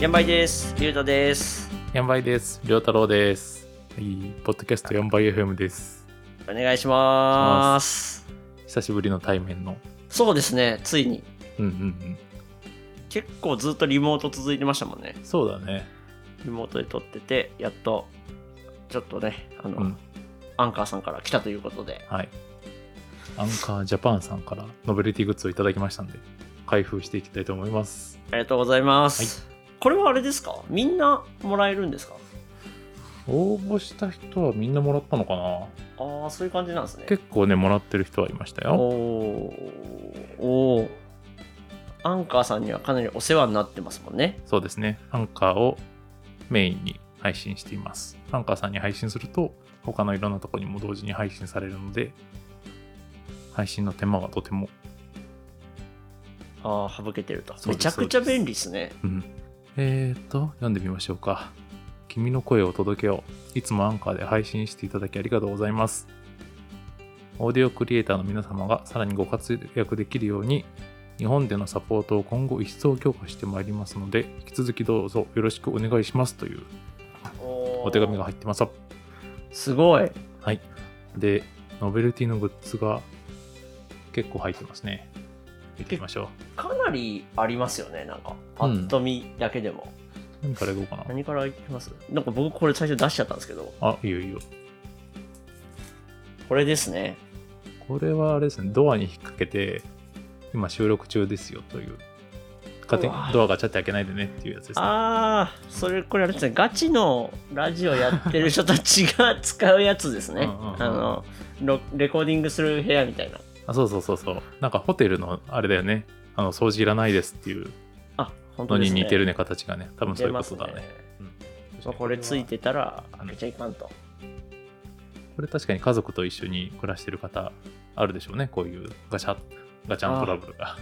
ヤンバイです。リュウタです。ヤンバイです。りょうたろうです。はい、ポッドキャストヤンバイ FM です。お願いします。久しぶりの対面の。そうですね、ついに。うんうんうん。結構ずっとリモート続いてましたもんね。そうだね。リモートで撮ってて、やっと、ちょっとね、あの、うん。アンカーさんから来たということで。はい。アンカージャパンさんからノベルティグッズをいただきましたんで、開封していきたいと思います。ありがとうございます。これはあれですかみんなもらえるんですか応募した人はみんなもらったのかなああ、そういう感じなんですね。結構ね、もらってる人はいましたおよ。おおーアンカーさんにはかなりお世話になってますもんね。そうですね。アンカーをメインに配信しています。アンカーさんに配信すると、他のいろんなとこにも同時に配信されるので、配信の手間はとてもああ、省けてると。そうめでちゃすくちゃ便利ですね。うん、えー、と読んでみましょうか君の声を届けよういつもアンカーで配信していただきありがとうございますオーディオクリエイターの皆様がさらにご活躍できるように日本でのサポートを今後一層強化してまいりますので引き続きどうぞよろしくお願いしますというおお手紙が入ってますすごい。はいでノベルティのグッズが結構入ってますね見てみましょかなりありますよねなんかパッと見だけでも、う何からいこうかな何からいきますなんか僕これ最初出しちゃったんですけどあいいよいいよこれですねこれはあれですね、ドアに引っ掛けて、今収録中ですよという、勝手にうわドアがちゃって開けないでねっていうやつですね。ああそれこれあれですねガチのラジオやってる人たちが使うやつですねうんうんうんあのロレコーディングする部屋みたいなあそうそうそうそう。なんかホテルのあれだよね、あの掃除いらないですっていうあ本当のですにね似てるね、形がね。多分似てそういうこますとねだね。まあこれついる。てたら開けちゃいかんとこれ確かに家族と一緒に暮らしてる方、あるでしょうね、こういうガチャ、ガチャントラブルが。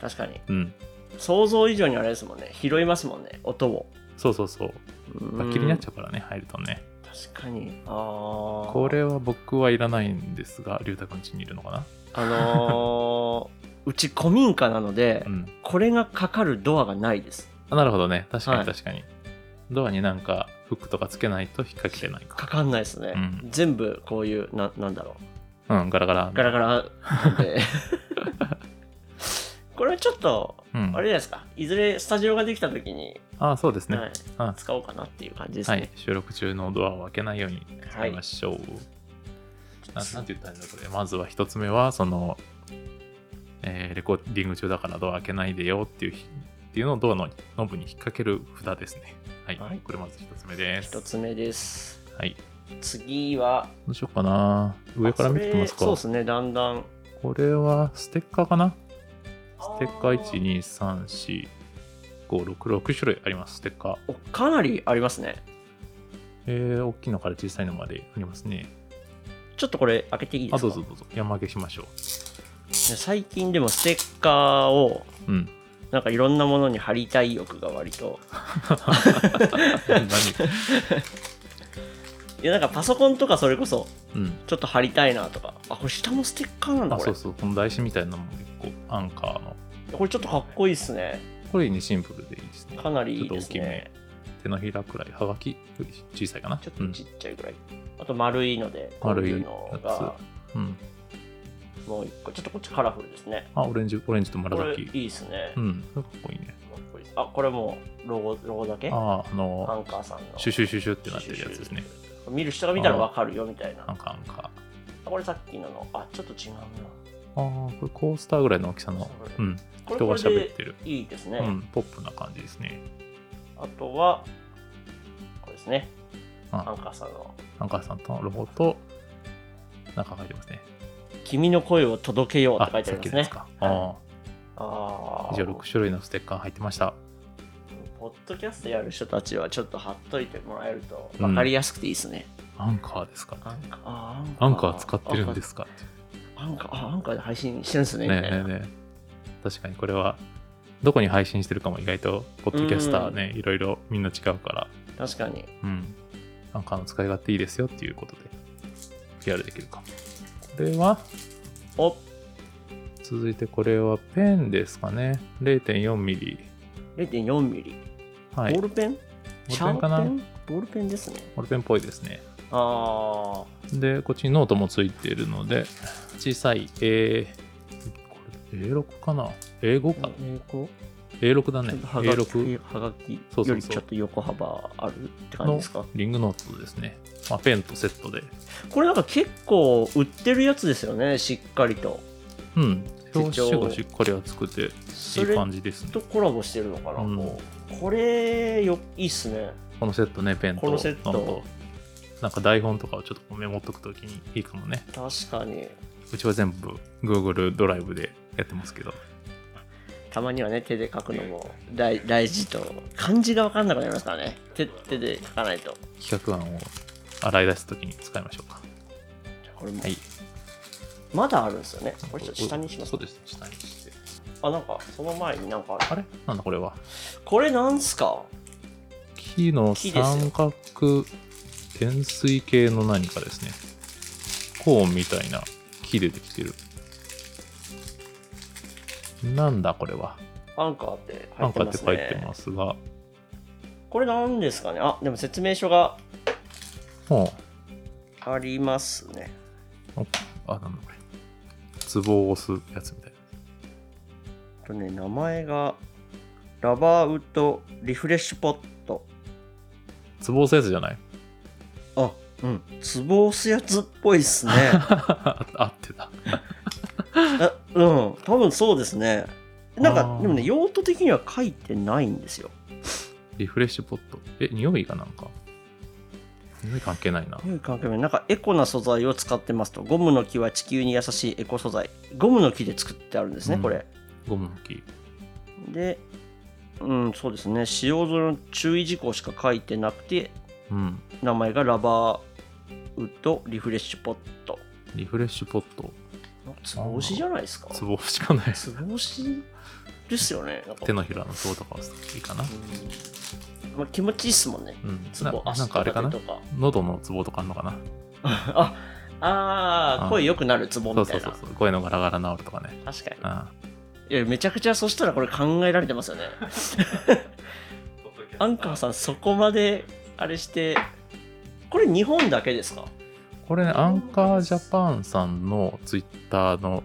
確かにうん。想像以上にあれですもんね拾いますもんね音をそうそうそう。うまあ気になっちゃうからね、入るとね。ゃう確かにああこれは僕はいらないんですが、龍太くん家にいるのかなあのーうち古民家なので、うん。これがかかるドアがないです。あなるほどね。確かはいに確かに。ドアになんかフックとかつけないと引っ掛けてないかか。かんないですね。うん全部こういう、ななんだろうん、ガラガラ。う、ガラガラなん で。これはちょっと、うん、あれじゃないですか、いずれスタジオができたときに、あそうですね。はい、あ使おうかなっていう感じですはいね。。収録中のドアを開けないようには使い。いましょう。ななんて言ったらいいんだこれ。まずは一つ目は、その、えーレコーディング中だからドア開けないでよっていうひっていうのをドアのノブに引っ掛ける札ですね。はい。はいこれまず一つ目です。一つ目です。はい。次は、どうしようかな。上から見てみまそすれそうかで。すね、だんだん。これはステッカーかなステッカーあ1、2、3、4、5、6、6種類あります、ステッカー。おかなりありますね。えー、大きいのから小さいのまでありますね。ちょっとこれ開けていいであ、すかどうぞどうぞ。山分けしましょ最近でもステッカーをう。うん。なんかいろんなものに貼りたい欲が割と何いやなんかパソコンとかそれこそうん。ちょっと貼りたいなとかあこれ下もステッカーなんだあ、こそうれそう。この台紙みたいなのも1個、アンカーの。これちょっとかっこいいですねこれにシンプルでいいですね。かなりいいですちょっとね手のひらくらい、はがきより小さいかな。ちょっとちっちゃいぐらい、あと丸いのでこういうのがうん。うん。もう一個ちょっとこっちカラフルですねあ、オレンジ、オレンジとこれ紫。いいですね、うかん。かっこいいね。っこいいですあこれもうロゴロゴだけアンあー、あの、カーさんのシュシュシュシュってなってるやつですね。見る人が見たらわかるよみたいなアンカー、アンカー。あこれさっきののあちょっと違うなああ、これコースターぐらいの大きさの、うん、これ人こがれ喋っでてる、いいですね、うん、ポップな感じですね。あとは、これですね。うんアンカーさんの、アンカーさんとのロゴと、なんか書いてますね。君の声を届けようって書いてあさりまっきすのやねつ。か。はいあああ、以上6種類のステッカー入ってました。ポッドキャストやる人たちはちょっと貼っといてもらえるとうん分かりやすくていいですね。アンカーですか。アンカーあアンカー使ってるんですか。アンカーあアンカーで配信してるんですね。ねみたいなねね確かにこれは、どこに配信してるかも意外と、ポッドキャスターね、いろいろみんな違うから、確かに。うん。アンカーの使い勝手いいですよっていうことで、PR できるかも。これは、お続いてこれはペンですかね。0.4ミリ。 0.4ミリ。はボーい。ルペンボールペンかなシャーペンボールペンですね。ボールペンっぽいですね。あで、こっちにノートもついているので、小さい A、これ A6 かな ?A5 あか。英語 ?A6 だね。ちょっとはが A6 きはがきそうそうそようりちょっと横幅あるって感じのですかリングノートですね。まあ、ペンとセットで。これなんか結構売ってるやつですよねしっかりとうん。手表帳紙がしっかり厚くて、いそいれ感じですね。とコラボしてるのかな、うんこうこれよいいっすねこのセットね、ペンとこのセットノートなんか台本とかをちょっとメモっとくときにいいかもね。確かにうちは全部 Google ドライブでやってますけど。たまにはね手で書くのも大大事と漢字が分かんなくなりますからね手手で書かないと企画案を洗い出すときに使いましょうか。じゃあこれも、はい。まだあるんですよねこれちょっと下にしますそうです、下にして。あなんかその前になんかあるあれなんだこれは。これなんすか木の三角点水形の何かですね。コーンみたいな木でできてる。なんだこれは。アンカーって入なんってかっまてす書いてねますが、これなんですかねあでも説明書がもありますねう、おあ、なんだこれ。壺を押すやつみたいな。えっとね名前がラバーウッドリフレッシュポット壺を押すやつじゃない あうんツボ押すやつっぽいっ すね合ってた。あうん多分そうですねなんあかーでもね用途的には書いてないんですよリフレッシュポット。え、匂いかなんか匂い関係ないな。どういう関係もないなんかエコな素材を使ってますとゴムの木は地球に優しいエコ素材ゴムの木で作ってあるんですね、うんこれゴムの木。でうんそうですね使用上の注意事項しか書いてなくてうん。名前がラバーウッドリフレッシュポットリフレッシュポット。ツボ押しじゃないですかツボしかない。つぼ押しですよね。なんか手のひらのツボとか押すといいかな。うんまあ、気持ちいいっすもんね。うん。つぼな足なんとかあか手れかなとか。喉のツボとかあんのかなああうー、ん声良くなるツボそみうたいそな。うそうそう。声のガラガラ治るとかね。確かにあ。いや、めちゃくちゃそしたらこれ考えられてますよね。アンカーさん、そこまであれして、これ日本だけですかこれね、アンカージャパンさんのツイッターの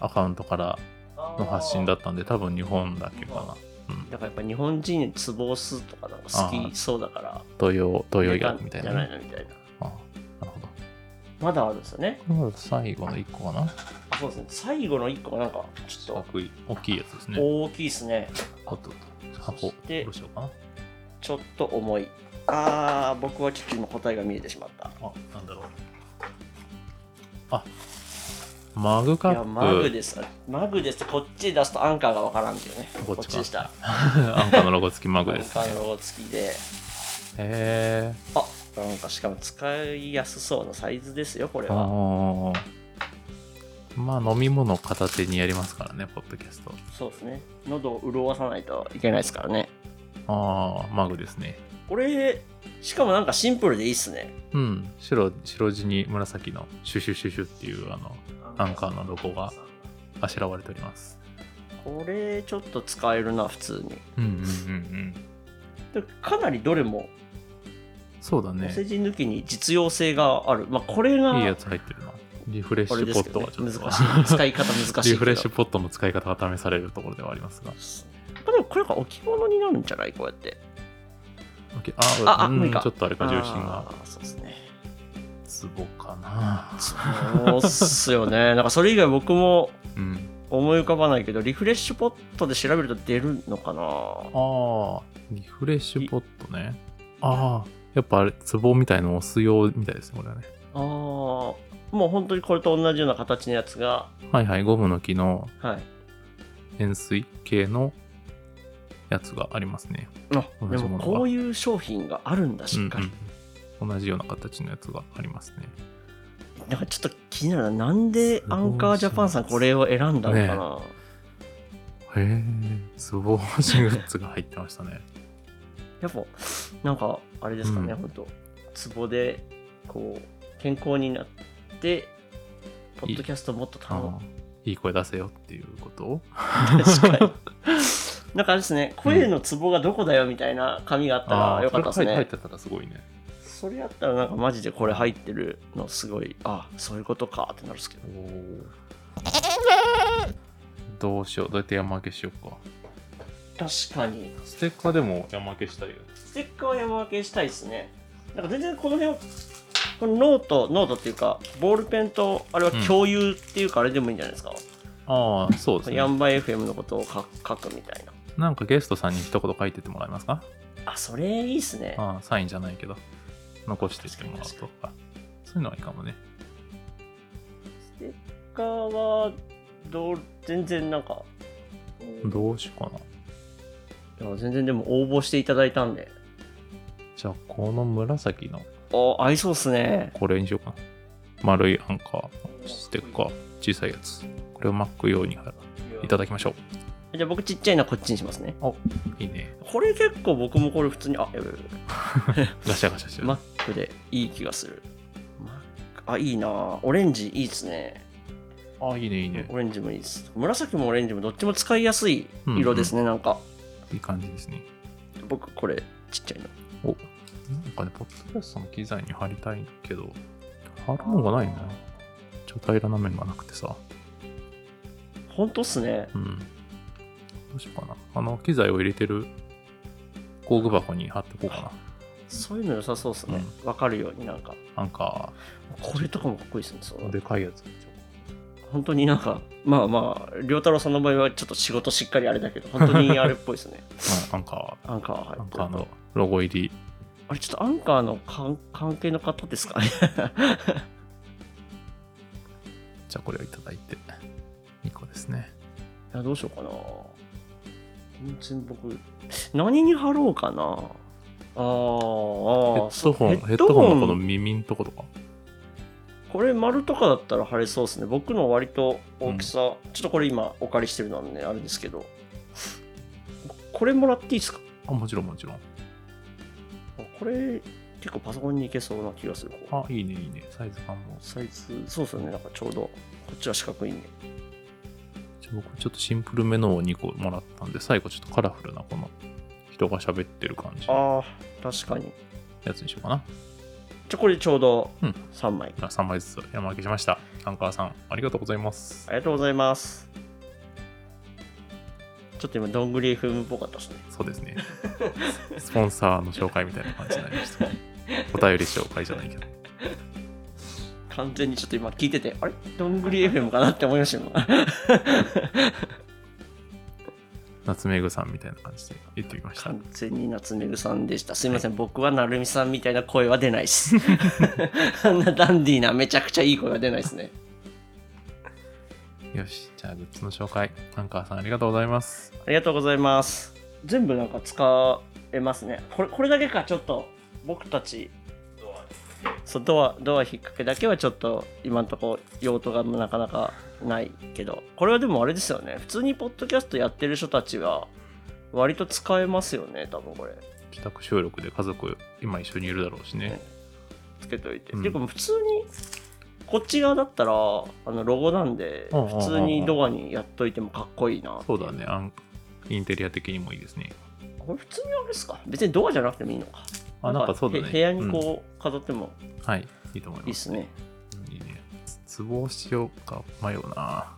アカウントからの発信だっったんで、多分日本だけかな。うん。だからやっぱ日本人ツボ押すとかなんか好きそうだから、東洋、東洋医学みたいじなゃないね。のみたいな。ああなるほど。こまだあるんですよね。れは最後の1個かなあそうですね。最後の一個がなんか、ち四ょっ角い大きいやつですとね。大きいですね。おっとっと箱そしてどうしようかな。ちょっと重い。あー、僕はちょっと今答えが見えてしまった。あ、なんだろう。あ、マグカいや、マッグプ。 です。マグです。こっち出すとアンカーがわからんっていうね。ここっちっかちでした。アンカーのロゴ付きマグアンですカね。ーのロゴ付きで。へあなんかしかも使いやすそうなサイズですよ、これえ。あは。ーまあ飲み物片手にやりますからね、ポッドキャスト。そうですね。喉を潤わさないといけないですからね。ああ、マグですね。これ、しかもなんかシンプルでいいっすね。うん、白白地に紫のシュシュシュシュっていうあのアンカーのロゴがあしらわれております。これ、ちょっと使えるな、普通に。うんうんうんうん。でかなりどれも、そうだおね。世辞抜きに実用性がある。まあ、これが、いいやつ入ってるな。リフレッシあれュでポすッけトど、がね、ちょっと。難しい。使い方難しいけど。リフレッシュポットの使い方が試されるところではありますが。まあでもこれが置物になるんじゃないこうやって。 OK あああうん無理かちょっとあれか、重心があ。ー。そうですね。ツボかな。そうっすよね。 なんかそれ以外僕もうん。思い浮かばないけど、リフレッシュポットで調べると出るのかなああ、リフレッシュポットね。ああ、やっぱあれ、ツボみたいのを押す用みたいですね、これはね。あーもう本当にこれと同じような形のやつが、はいはい、ゴムの木のはい。円錐系のやつがありますね。あ同でじものもがこういう商品があるんだ、しっかり。うんうん同じような形のやつがありますね。なんかちょっと気になるな。なんでアンカージャパンさんこれを選んだのかな、へえ、ツボ押しグッズが入ってましたね。やっぱなんかあれですかね、うんほんとツボでこう健康になってポッドキャストもっとあ楽あいい声出せよっていうことをしい確かに なんかあれですね、声のツボがどこだよみたいな紙があったあらあ、よかったですそれ入っね。てたらすごいね。それやったらなんかマジでこれ入ってるのすごい、あそういうことかってなるんですけど。おーどうしよう、どうやって山分けしようか。確かに。ステッカーでも山分けしたいよ。ステッカーは山分けしたいですね。なんか全然この辺を、このノート、ノートっていうか、ボールペンと、あれは共有っていうか、あれでもいいんじゃないですか。ああ、そうですヤね。ンバイ FM のことを書く書くみたいな。なんかゲストさんに一言書いてってもらえますかあ、それいいっすね。ああ、サインじゃないけど、残してってもらうとか。そういうのはいいかもね。ステッカーは、どう、全然なんか、うんどうしようかな。いや全然でも応募していただいたんで。じゃあ、この紫のあ、合いそうっすね。これにしようかな。丸いアンカー、ステッカー、小さいやつ。これを巻くようにいただきましょじゃあ僕ちっちゃいのはこっちにしますね。う。いいね。これ結構僕もこれ普通に、あ、やべやべやガシャガシャしてべ。る。 Mac でいい気がする。Mac あ、いいなぁオレンジいいっすね。あ、いいね、いいね。オレンジもいいです。紫もオレンジもどっちも使いやすい色ですね、なんか。いい感じですね。僕これちっちゃいの。おなんかね、ポッドキャストの機材に貼りたいんだけど、貼るのがないんだよ。ちょっと平らな面がなくてさ。ほんとっすね。うん。どうしようかな。あの、機材を入れてる工具箱に貼ってこうかそういうの良さそうっすね。わ、かるようになんか。な。なんか、これとかもかっこいいっすね。そうでかいやつ。本当になんか、まあまあ、良太郎さんの場合はちょっと仕事しっかりあれだ けど、本当にあれっぽいですね。うん、アンカアンカー入ー、アンってカーる。のロゴ入り。あれ、ちょっとアンカーの関関係の方ですかね。 じゃあ、これをいただいて。2個ですね。いやどうしようかな。全然僕、何に貼ろうかな。あヘーあー、ッドホン、そうヘッドホンのこのン耳んとことか。これ丸とかだったら貼れそうですね。僕の割と大きさ、ちょっとこれ今お借りしてるのはね、あれですけど。これもらっていいですかあ、もちろんもちろん。これ、結構パソコンにいけそうな気がする。あ、いいね、いいね。サイズ感も。サイズ、そうですよね、なんかちょうど、こっちは四角いんで。じゃあ僕ちょっとシンプルめのを2個もらったんで、最後ちょっとカラフルなこの人が喋ってる感じのああ、確かに。やつにしようかな。じゃ、これちょうどうん3枚。じゃあ3枚ずつ山分けしました。アンカーさん、ありがとうございますあ。りがとうございます。ちょっと今、どんぐり FM っぽかったですね。そうですね。スポンサーの紹介みたいな感じになりました。お便り紹介じゃないけど。完全にちょっと今聞いてて、あれどんぐり FM かなって思いました今。夏目ぐさんみたいな感じで言ってみました。完全に夏目ぐさんでした。すいません、僕はなるみさんみたいな声は出ないです。 あんなダンディーな、めちゃくちゃいい声は出ないですね。よし、じゃあグッズの紹介。アンカーさん、ありがとうございます。ありがとうございます。全部なんか使えますね。これこれだけか、ちょっと僕たち。そうドアドア引っ掛けだけはちょっと今んとこ用途がなかなかないけどこれはでもあれですよね普通にポッドキャストやってる人たちは割と使えますよね多分これ自宅収録で家族、今一緒にいるだろうしね。つけといて、うんていうかもう普通にこっち側だったらあのロゴなんでうんうんうんうん普通にドアにやっといてもかっこいいなっていそうだね。アンインテリア的にもいいですね。これ普通にあれですか別にドアじゃなくてもいいのかあ、なんかそうだね。へ部屋にこう飾ってもうん、はい、いいと思いいいまっす。すね。うんいいね。つぼ押しようか迷う な。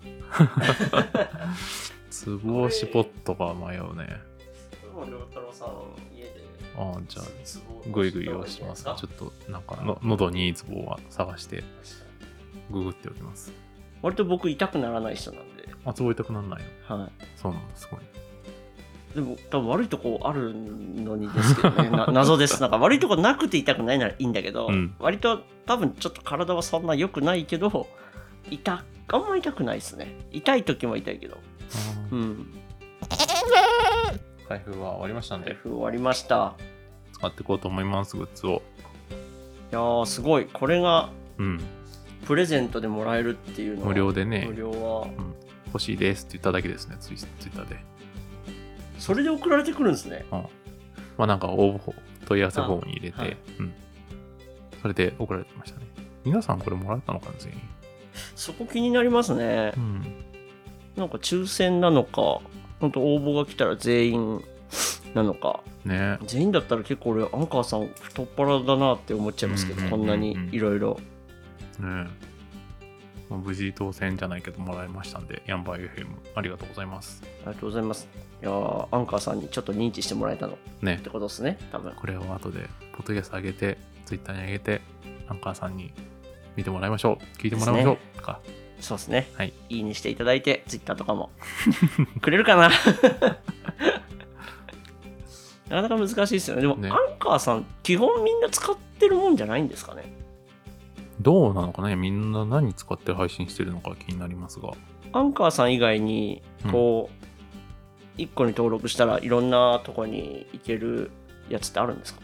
つぼ押しポットが迷うね。もう良太郎さん家でああ、じゃあ、ぐいぐい押します。ちょっと、なんかの、喉にいいつぼは探して、ググっておきます。割と僕痛くならない人なんで、あ、つぼ痛くなんないのはそうなんです、すごい。い、でも多分悪いとこあるのにですけど ねな謎ですなんか悪いとこなくて痛くないならいいんだけど、うん割と多分ちょっと体はそんな良くないけど痛あんま痛くないですね痛い時も痛いけどううんん開封は終わりましたんで、 F 終わりました使っていこうと思います、グッズを。いやーすごいこれがうん。プレゼントでもらえるっていうのは無料で無ね、料は欲しいですって言っただけですね、ツイツイッターで。それで送られてくるんですねうん、まあなんか応募フォー問い合わせフォームに入れて、あはいうん、それで送られてましたね皆さんこれもらったのかな全員、そこ気になりますねうん、なんか抽選なのか、本当応募が来たら全員なのかね全員だったら結構俺アンカーさん太っ腹だなって思っちゃいますけど、うんうんうんこうんんなにいろいろねまあ無事当選じゃないけどもらいましたんで、ヤンバー FM ありがとうございます。ありがとうございますいやーアンカーさんにちょっと認知してもらえたのっねてことですね多分これを後で、ポッドキャスト上げて、ツイッターに上げて、アンカーさんに見てもらいましょう。聞いてもらいましょう。か。そうですね、はい、いいにしていただいてツイッターとかも くれるかな なかなか難しいですよねでも、ねアンカーさん基本みんな使ってるもんじゃないんですかねどうなのかねみんな何使って配信してるのか気になりますが。アンカーさん以外にこう、1個に登録したらいろんなとこに行けるやつってあるんですか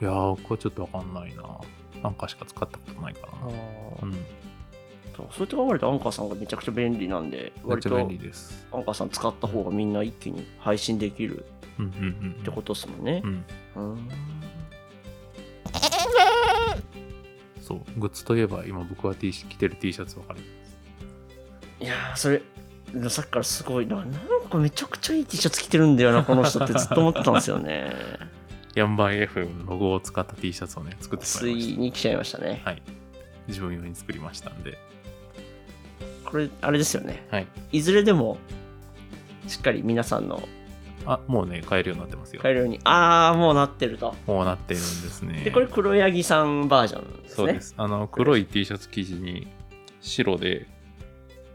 いやー、これちょっとわかんないな。アンカーしか使ったことないからな。うん。そうそうやって考えるとアンカーさんがめちゃくちゃ便利なんでめっ割ちとゃア便利ンです。カーさん使った方がみんな一気に配信できるうんうんうんうん。ってことですもんねう。ん。うんそう。グッズといえば、今僕は T シ着てる T シャツわかる。いやーそれさっきからすごいななんかめちゃくちゃいい T シャツ着てるんだよなこの人って ずっと思ってたんですよねヤンバー FM のロゴを使った T シャツをね、作ってもつらいましいに来ちゃいましたねた。はい。自分用に作りましたんで。これあれですよねはい。いずれでもしっかり皆さんのあ、もうね、買えるようになってますよ。買えるようにああもうなってるとこうなっているんですね。でこれ黒柳さんバージョンですねそうです。あの、黒い T シャツ生地に白で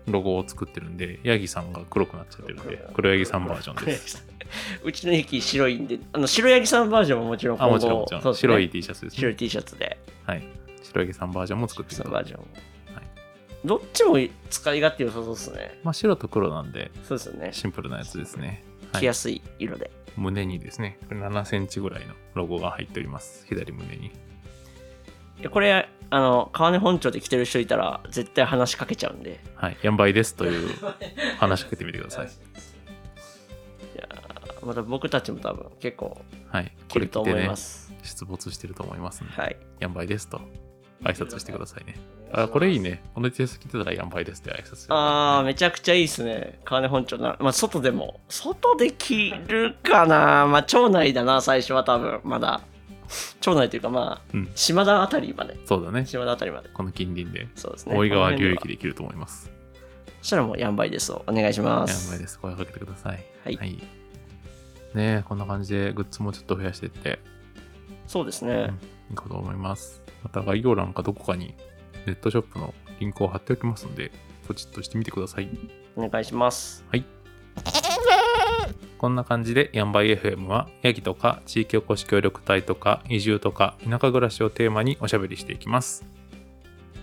ロゴを作ってるんで、ヤギさんが黒くなっちゃってるんで、黒ヤギさんバージョンです。す うちの駅白いんであの白ヤギさんバージョンももちろん今あ、後もちろんもちろん。そうですね白い T シャツです、白いね。 T シャツではい。白ヤギさんバージョンも作ってそくのだバージさい。ョンもはいどっちも使い勝手良さそうですねまあ、白と黒なんで、そうですよねシンプルなやつですね。は着やい、すい色で、胸にですね、これ7センチぐらいのロゴが入っております。左胸に。でこれあの川根本町で着てる人いたら絶対話しかけちゃうん ではい。ヤンバイですという話しかけてみてください。やーまた僕たちも多分結構はい。着ると思これい着てねま、す、出没してると思いますんで、はいヤンバイですと挨拶してくださいね。あこれいいね。この T シャツ着てたらヤンバイですって挨拶してくださいねああ、めちゃくちゃいいですね。川根本町なら、まあ、外でも、外で着るかな。まあ、町内だな、最初は多分、まだ。町内というか、まあ、うん島田あたりまで。そうだね。島田あたりまで。この近隣で、そうですね。大井川こ流の辺域はできると思います。そしたらもう、やんばいですをお願いしヤまンす。バイです。声をかけてください。はいねえこんな感じでグッズもちょっと増やしていってそうですね。いいかと思います。また概要欄かどこかにネットショップのリンクを貼っておきますので、ポチッとしてみてください。お願いします。こんな感じでヤンバイ FM はヤギとか地域おこし協力隊とか移住とか田舎暮らしをテーマにおしゃべりしていきます。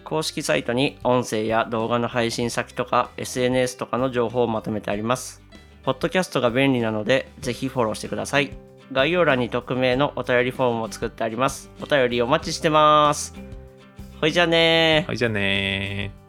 公式サイトに音声や動画の配信先とか SNS とかの情報をまとめてあります。ポッドキャストが便利なので、ぜひフォローしてください。概要欄に匿名のお便りフォームを作ってあります。お便りお待ちしてます。ほいじゃあねー。はい、じゃあねー。